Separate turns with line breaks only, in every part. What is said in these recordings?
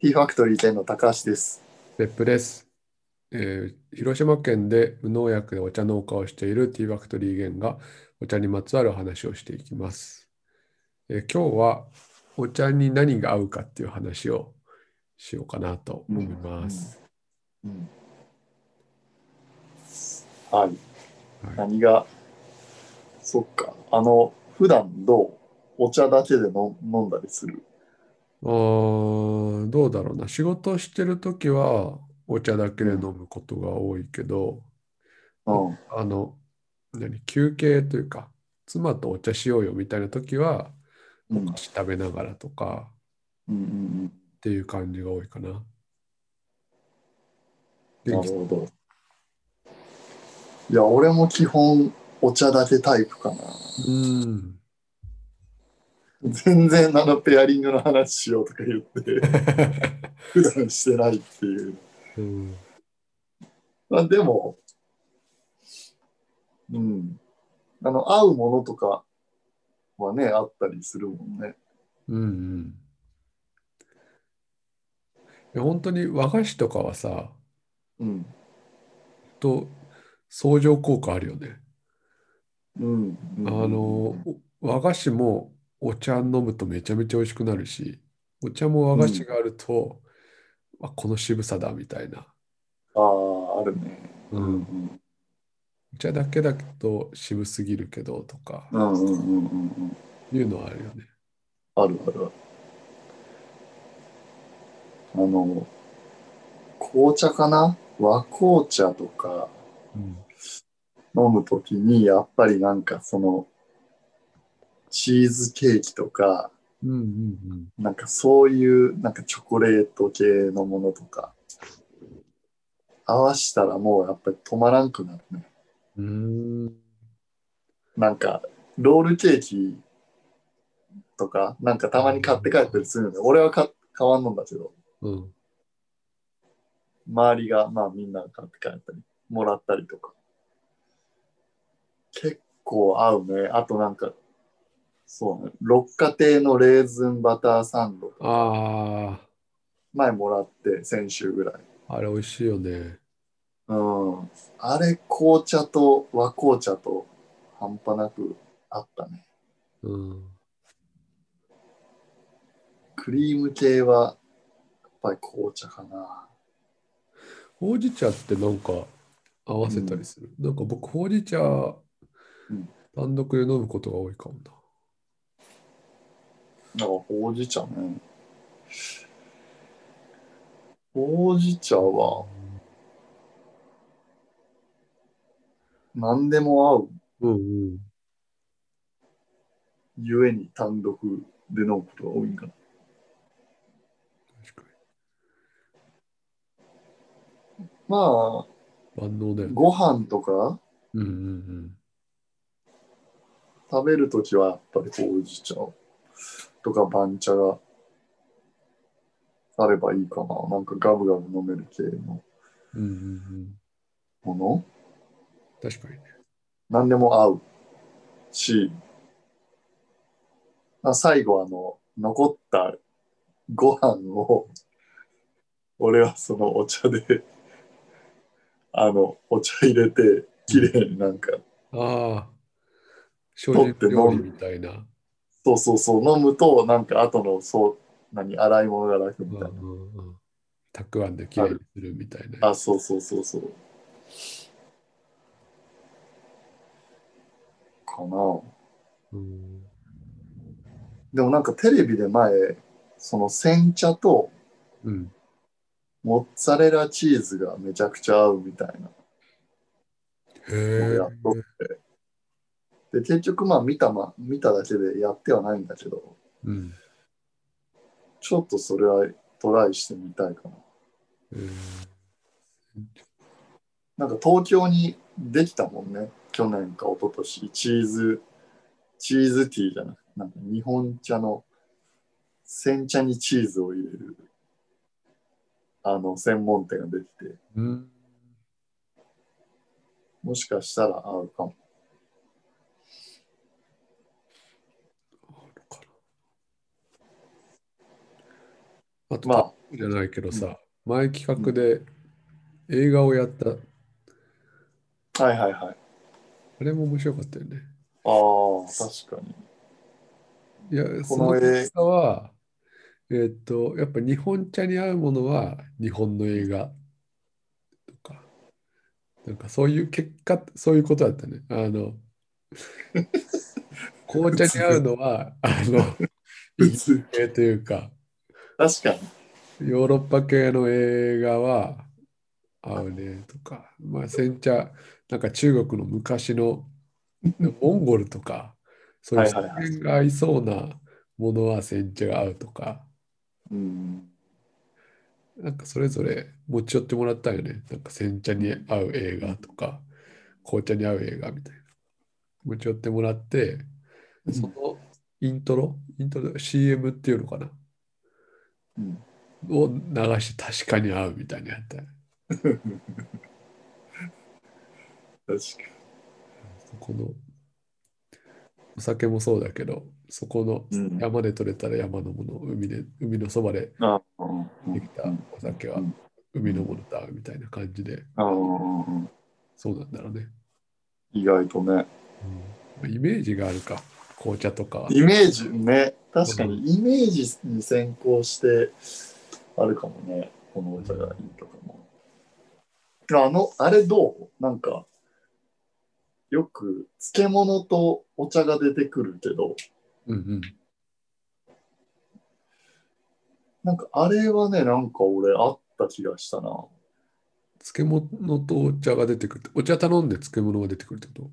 T ファクトリー店の高橋です。
別府です、えー広島県で無農薬でお茶農家をしているティーファクトリーゲンがお茶にまつわる話をしていきます、えー今日はお茶に何が合うかっていう話をしようかなと思います、
はい。
はい、
何が、そっか。あの、普段どうお茶だけでの飲んだりする。
あーどうだろうな仕事してる時はお茶だけで飲むことが多いけど
うん。
あの何休憩というか妻とお茶しようよみたいな時は
うん。うん
食べながらとか
うん
っていう感じが多いかな。
うん。なる
元気
ほど。いや、俺も基本、お茶だけタイプかな。
うん。
全然、あの、ペアリングの話しようとか言 って、普段してないっていう。
うん。
まあ、でも、うん。あの、合うものとかはね、あったりするもんね。
うんうん。いや本当に和菓子とかはさ、
うん。
と相乗効果あるよね。
うん。
あの、お和菓子もお茶飲むとめちゃめちゃ美味しくなるし、お茶も和菓子があると、あ、この渋さだみたいな。
ああ、あるね。
う。
うんん。
お茶だけだと渋すぎるけどとか
うんうんうんうんうん。
いうのはあるよね。
あるあるある。あの、紅茶かな和紅茶とか
うん。
飲むときに、やっぱりなんかその、チーズケーキとか、
うんうんうん。
なんかそういう、なんかチョコレート系のものとか、合わしたらもうやっぱり止まらんくなるね。
うーん。
なんか、ロールケーキとか、なんかたまに買って帰ったりするので、俺は買買わんのんだけど、
うん。
周りが、まあみんな買って帰ったり、もらったりとか。結構合うね。あとなんか、そうね、六花亭のレーズンバターサンド、
あ
前もらって、先週ぐらい。
あ、あれ美味しいよね。
うん。あれ、紅茶と和紅茶と半端なくあったね。
うん。
クリーム系は、やっぱり紅茶かな。
ほうじ茶ってなんか合わせたりする。なんか僕、ほうじ茶
ん
単独で飲むことが多いかもな。
なんかほうじ茶ね。ほうじ茶は何でも合う
うんうん。
ゆえに単独で飲むことが多いんかな。
確か
まあ、
に。万能だよね。
ご飯とか
うんうん
食べるときはやっぱりほうじ茶とか番茶があればいいかな。なんかガブガブ飲める系の
うん。うんうんうん。
もの。
確かにね。
何でも合うし、まあ、最後あの残ったご飯を俺はそのお茶であのお茶入れて綺麗になんか
ああ、精進料理みたいな。
そうそうそう飲むとなんか後のそう何洗い物が楽
う
み
ん
たいな、
うんうん。たくあんできれいにするみたいな。
あそうそうそうそうかな
うん。
でもなんかテレビで前その煎茶と
うん。
モッツァレラチーズがめちゃくちゃ合うみたいな
へえ
や。っとって。で、結局まあ見たま、見ただけでやってはないんだけど、
うん。
ちょっとそれはトライしてみたいか
へー
な。なんか東京にできたもんね。去年か一昨年チーズ、チーズティーじゃなくて、なんか日本茶の煎茶にチーズを入れる、あの、専門店ができて、
うん。
もしかしたら合うかも。
あるかなあと、
まあ、
じゃないけどさ、前企画で映画をやった、あ
はいはいはい。
れも面白かったよね。
ああ、確かに。
いや、その映画は、えーっと、やっぱ日本茶に合うものは日本の映画とか、なんかそういう結果、そういうことだったね。あの、紅茶に合うのは、あの、
普通。
えというか、
確かに。
ヨーロッパ系の映画は合うねとか、まあ、煎茶、なんか中国の昔のモンゴルとか、そういう
はいはいはい
辺が合いそうなものは煎茶が合うとか、
うん。
なんかそれぞれ持ち寄ってもらったよね。なんか煎茶に合う映画とか、紅茶に合う映画みたいな。持ち寄ってもらって、そのイントロ、イントロ、CM っていうのかな
うん、
を流して確かに合うみたいなやったよね。
確か
そこのお酒もそうだけどそこの
に。うん。
山で採れたら山のもの海で海のそばで
あうん
できたお酒は
うん
海のものだみたいな感じで
うんうん。
そうなんだろうね、
意外とね。
まあイメージがあるか紅茶とかは
イメージね。確かにイメージに先行してあるかもね。この歌がいいとかも。あの、あれどうなんか、よく漬物とお茶が出てくるけど、
うんうん
なんかあれはね、なんか俺あった気がしたな。
漬物とお茶が出てくるってお茶頼んで漬物が出てくるってこと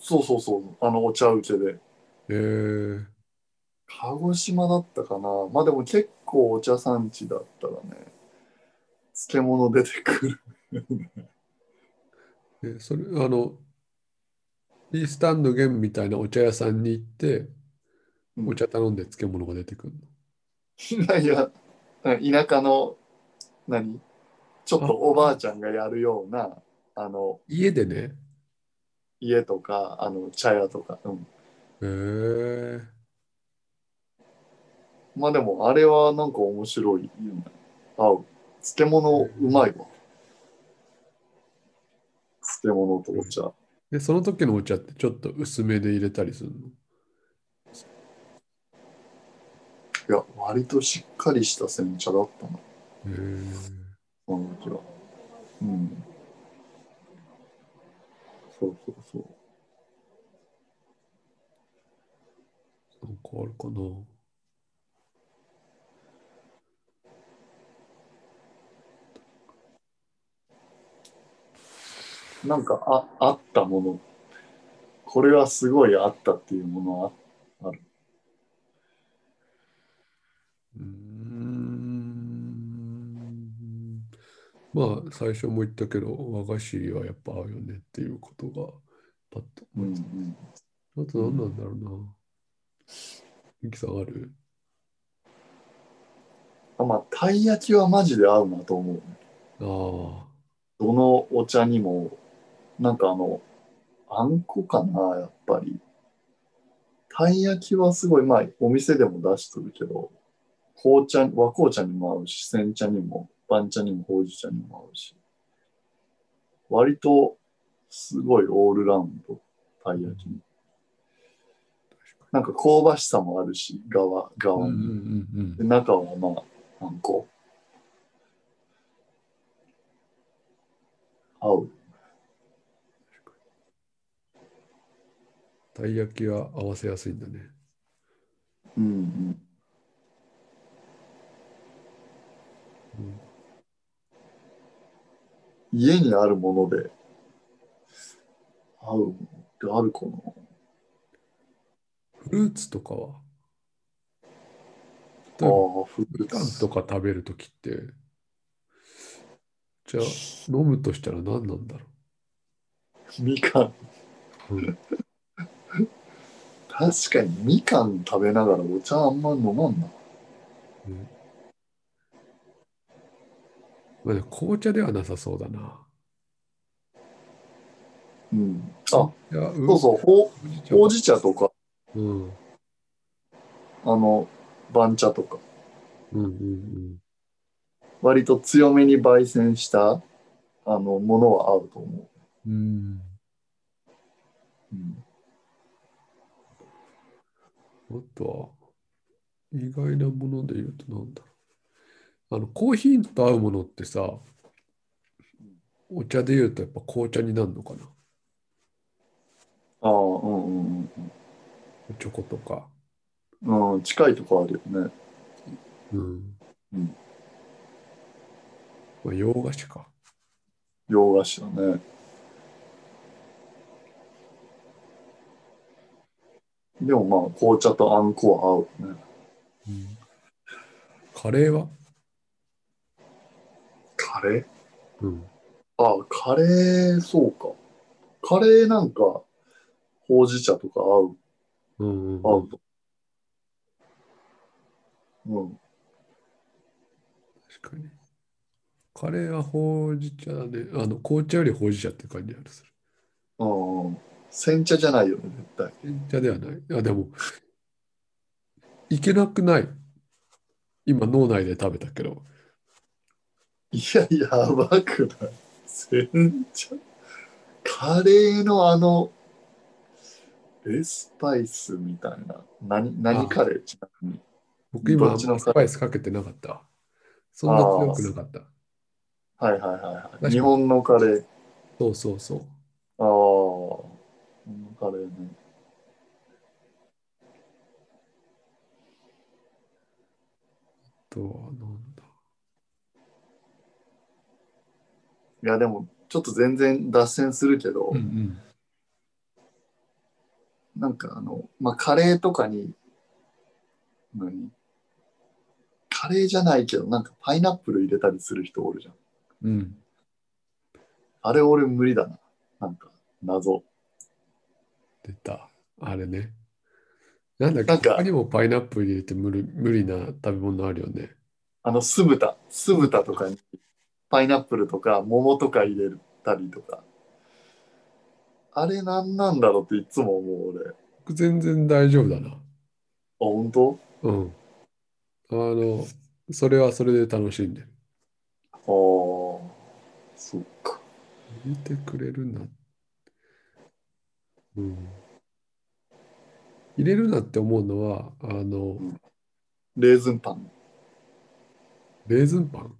そうそうそう、あのお茶受けで。
へえー、
鹿児島だったかな。まあでも結構お茶産地だったらね、漬物出てくる。
えそれあのティースタンドゲンみたいなお茶屋さんに行って
うん
お茶頼んで漬物が出てくるの
いやいや、田舎の、何ちょっとおばあちゃんがやるような、あの、
家でね
家とか、あの、茶屋とか。うん。
へえ
まあでも、あれはなんか面白いよね。合う。漬物うまいわ。漬物とお茶。
で、その時のお茶ってちょっと薄めで入れたりするの。
いや、割としっかりした煎茶だったな、
へえ。
あの時は。うん。そうそうそう。
なんかあるかな。
なんかああったもの、これはすごいあったっていうものは、
うーん。まあ、最初も言ったけど、和菓子はやっぱ合うよねっていうことがパッと
うん
思いつあと何なんだろうな。ゆきさんある
うん、まあ、たい焼きはマジで合うなと思う。
あ
どのお茶にも、なんかあの、あんこかな、やっぱり。たい焼きはすごい、まあ、お店でも出してるけど、紅茶、和紅茶にも合うし、煎茶にも、番茶にも、ほうじ茶にも合うし。割と、すごいオールラウンド、たい焼き。
あ、確か
なんか香ばしさもあるし、側、
に。う
側
ん
に。
うんうん
で中はまあ、あんこ。合う。
たい焼きは合わせやすいんだね。
うんうん。
うん
家にあるもので、合うものってあるかな
フルーツとかは
あ
例え
あ、
ば
フル
みかん
ーツ。
とか食べるときって、じゃあ飲むとしたら何なんだろ
みかん。
う。うん
確かにみかん食べながらお茶あんま飲まんな。
まあ、でも紅茶ではなさそうだな。
うん。あ、そ
いや、う
うそう、ほ
ほうじ
う
茶
ほうじ茶とか、
うん。
あの、番茶とか。
うんうんうん。
割と強めに焙煎したあのものは合うと思
うん。
う。うん
あとは、意外なもので言うとなんだろう。あの、コーヒーと合うものってさ、お茶で言うとやっぱ紅茶になるのかな。
ああ、うんうん
チョコとか。
うん。うん、近いとこあるよね。
うん。
うん
まあ、洋菓子か。
洋菓子だね。でもまあ、紅茶とあんこは合うね。
カレーは
カレー
うん。
ああ、カレー、そうか。カレーなんか、ほうじ茶とか合う、
うん、
合うと。うん。
確かに。カレーはほうじ茶だね。あの、紅茶よりほうじ茶って感じがする。
うんうん。煎茶じゃないよね、絶対。
煎茶ではない。あ、でも、いけなくない。今、脳内で食べたけど。
いや、やばくない。煎茶。カレーのあの、え、スパイスみたいな。何、何カレーちなみに。
僕、今、
どっちのカレー
スパイスかけてなかったわ。そんな強くなかった。
はいはいはい
か
はい。
に
日本のカレー。
そうそうそう。
ああ、このカレーね。
あとは、なんだ。
いや、でも、ちょっと全然脱線するけど、
うんうん。
なんかあの、まあ、カレーとかに、何カレーじゃないけど、なんかパイナップル入れたりする人おるじゃん。
うん。
あれ俺無理だな。なんか、謎。
出た。あれね。なんだっけ、
なんか
他にもパイナップル入れて無理無理な食べ物あるよね。
あの、酢豚、酢豚とかに、パイナップルとか、桃とか入れたりとか。あれなんなんだろうっていつも思う俺。あ、
僕全然大丈夫だな。
本当
うん。あの、それはそれで楽しんでる。
ああ、そっか。
入れてくれるな。うん。入れるなって思うのは、あの、
レーズンパン。
レーズンパン。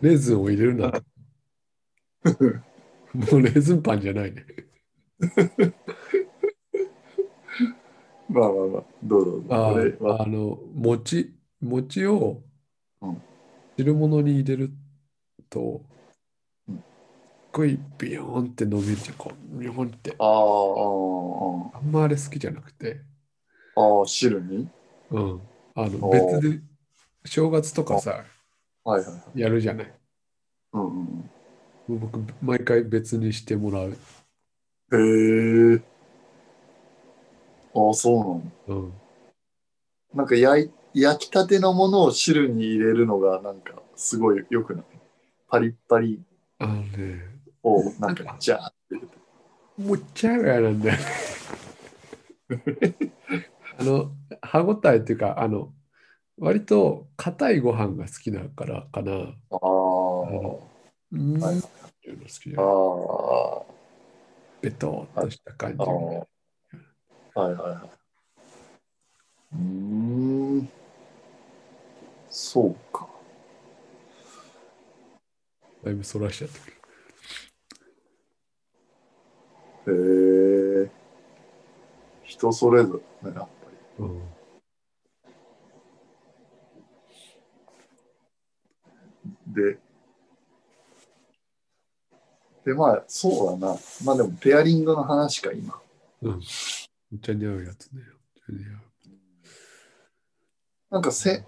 レーズンを入れるなと。もうレーズンパンじゃないね。
まあまあまあ、どうぞどうぞ。
あ
俺は
あの餅餅を
うん
汁物に入れると
うん
すっごいビヨーンって伸びるじゃんこうビヨーンって
あー
あんまあれ好きじゃなくて、
あー、あーあー、汁に
うん、あの
おー
別で正月とかさ
はいはいはい。
やるじゃない
うんうん
もう僕毎回別にしてもらう、
うん、へえ。ああ、そうなの。
うん、
なんか焼い焼きたてのものを汁に入れるのが、なんかすごい良くないパリッパリ
あのね
を、なん
なん
か
か、
じゃあ、
もうちゃうやなん だよねあの歯ごたえっていうかあの割と硬いご飯が好きだからかな
ああ、
うん
はい
っていうの好きじゃ
あ
ん
あ、
ベトーっとした感じ
ああ、はいはいはい。うーん、そうか。
だいぶそらしちゃったけど
へえ。人それぞれね、やっぱり。
うん
で、で、まあ、そうだな。まあでも、ペアリングの話か、今。
うんめっちゃ似合うやつねめっちゃ似合う
なんか、せ、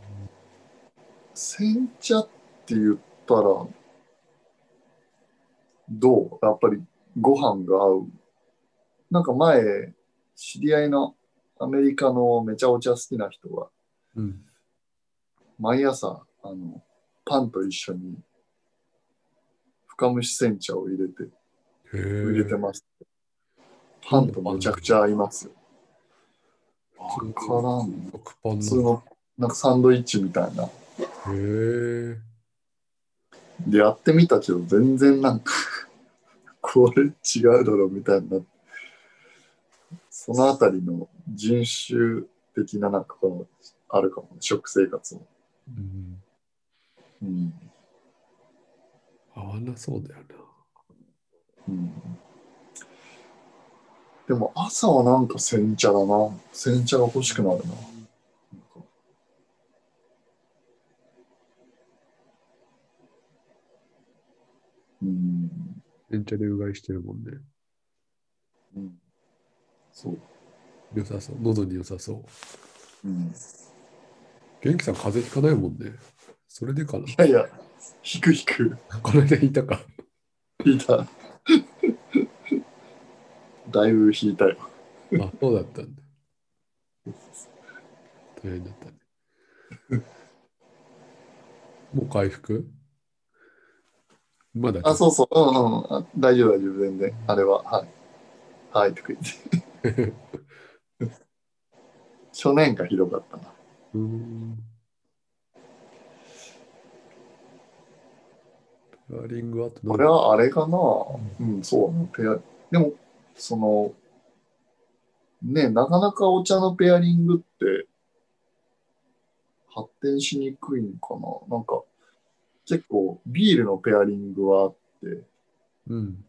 煎茶って言ったら、どうやっぱり、ご飯が合う。なんか前、知り合いのアメリカのめちゃお茶好きな人が、
うん
毎朝、あの、パンと一緒に、深蒸し煎茶を入れて、
へ
入れて
え
ます。パンとめちゃくちゃ合いますよ。わからん。
食パン
普
の
通の、なんかサンドイッチみたいな。
へえ。
で、やってみたけど、全然なんか、 これ違うだろうみたいになって、そのあたりの人種的ななんかこうあるかもね、食生活も。
うん。
うん。
合わなそうだよな。
うん、でも朝はなんか煎茶だな。煎茶が欲しくなるな。なんかうん。
煎茶でうがいしてるもんね。
うん。そう。
良さそう。喉に良さそう。
うん。
元気さん、風邪ひかないもんね。それでかな。
いやいや、ひくひく、
この間引いたか。
引いた。だいぶ引いたよ。
あ、そうだったんだ。大変だったね。もう回復まだちょ
あ、
っと
そうそう。うんうんあ。大丈夫、大丈夫、全然。あれは、はい。はい、とか言って。 初年がひどかったな。
うーん。ペアリングあと
これ
は
はあれかな、うん、そうだねペア。でも、その、ね、なかなかお茶のペアリングって発展しにくいのかな。なんか、結構ビールのペアリングはあって、
うん。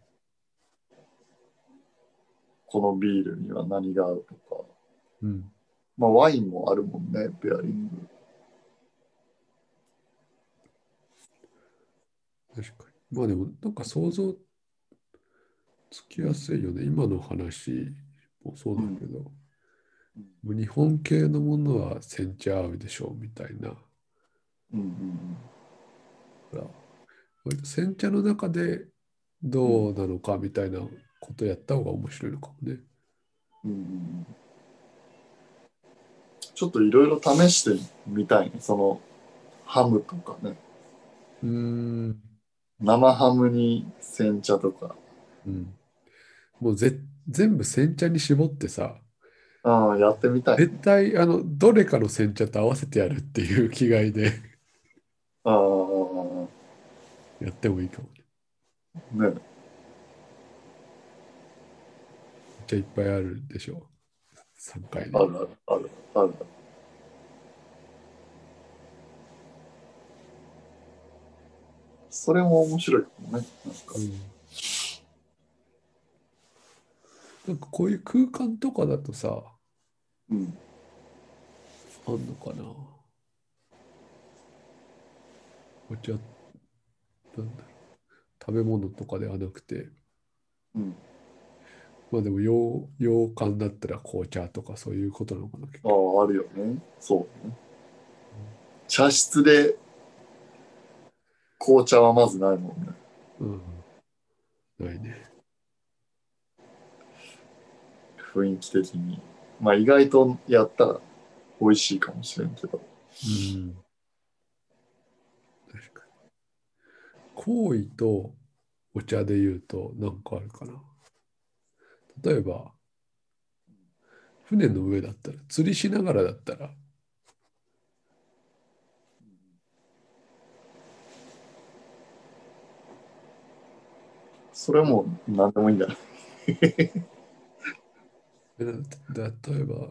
このビールには何が合うとか、
うん。
まあワインもあるもんね、ペアリング。
確かに。まあでも、なんか想像つきやすいよね。今の話もそうだけど、もう日本系のものは煎茶合うでしょうみたいな。
うんうん
ほら割と煎茶の中でどうなのかみたいなことやった方が面白いのかもね。
うん。うんうんうんちょっといろいろ試してみたいね。その、ハムとかね。
うーん。
生ハムに煎茶とか。
うん。もうぜ全部煎茶に絞ってさ、
うん、やってみたい。
絶対あのどれかの煎茶と合わせてやるっていう気概で
あー
やってもいいかもね。
ね、
じゃいっぱいあるでしょう。3回
あ
で。
るあるあるある。それも面白いかもね。なんか
うんなんかこういう空間とかだとさ、
うん、
あんのかなお茶、なんだろう。食べ物とかではなくて、
うん。
まあでも洋、洋館だったら紅茶とかそういうことなのか
あ
な。
あ、あるよね。そうね。茶室で紅茶はまずないもんね。
うん。ないね。
雰囲気的に。まあ意外とやったら美味しいかもしれんけど。
うん。確かに。行為とお茶で言うと何かあるかな。例えば、船の上だったら、釣りしながらだったら、
それはもう何でもいいんだよ。
でな例えば、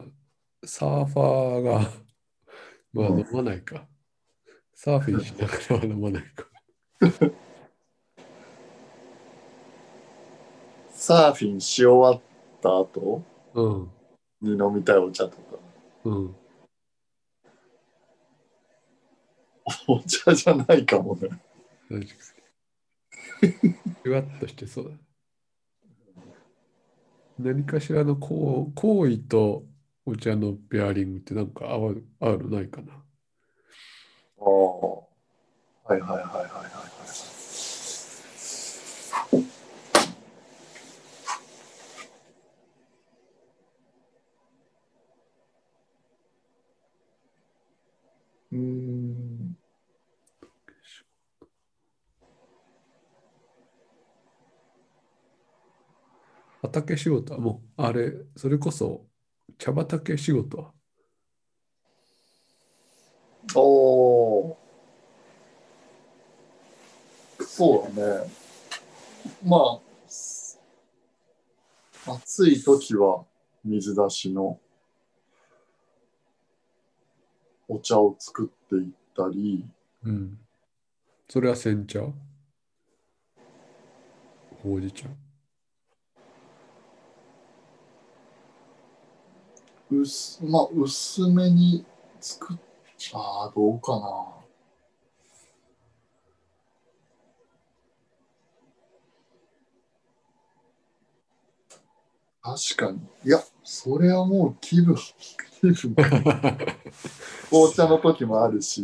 サーファーが、 まあ
うん
飲まないか。サーフィンしながらは飲まないか。
サーフィンし終わった後
うん、
に飲みたいお茶とか。
うん。
お茶じゃないかもね。
確かに。ふわっとしてそうだ。何かしらの行行為とお茶のペアリングってなんか合う合うのないかな。
ああ。はいはいはいはいはいはい。うーん。
畑仕事はもう、あれ、それこそ茶畑仕事は
おお。そうだね。まあ、暑い時は水出しのお茶を作っていったり、
うん。それは煎茶ほうじ茶。
薄まあ、薄めに作っああ、どうかな。確かに。いや、それはもう気分、 気分。紅茶の時もあるし、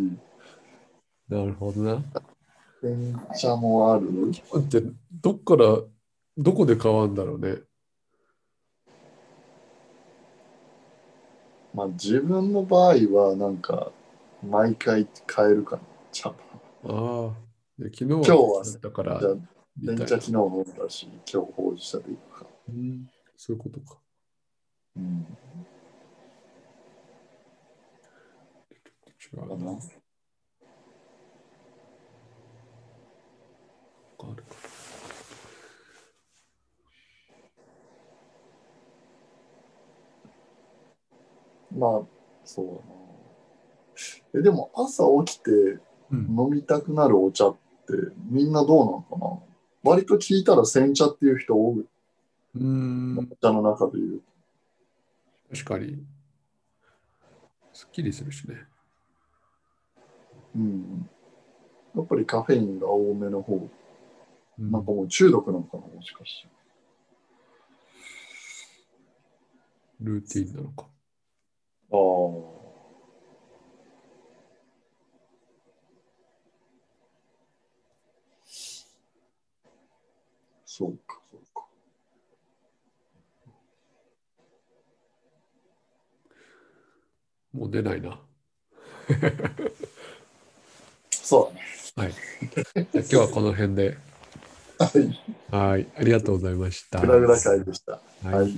なるほどな。
煎茶もある。
ってどっから、どこで買うんだろうね。
まあ自分の場合は、なんか、毎回買えるかな。茶葉。
ああ。で昨日は
今日は
だったから
じゃあ、
みた
煎
いな
茶昨日飲んだし、今日ほうじ茶でいくか。
うんそういうことか。
うん。
違うな。
かな
あるか
まあ、そうだな。え、でも朝起きて
うん
飲みたくなるお茶ってみんなどうなのかな割と聞いたら煎茶っていう人多い。
うーん。
お茶の中で言う。
確かに。すっきりするしね。
うん。やっぱりカフェインが多めの方。
うん
なんかもう中毒なのかなもしかして。
ルーティンなのか。
ああ。そうか、そうか。
もう出ないな。
そうだね。
はい。じゃあ今日はこの辺で。
はい。
はい。ありがとうございました。
グラグラ会でした。
はい
はい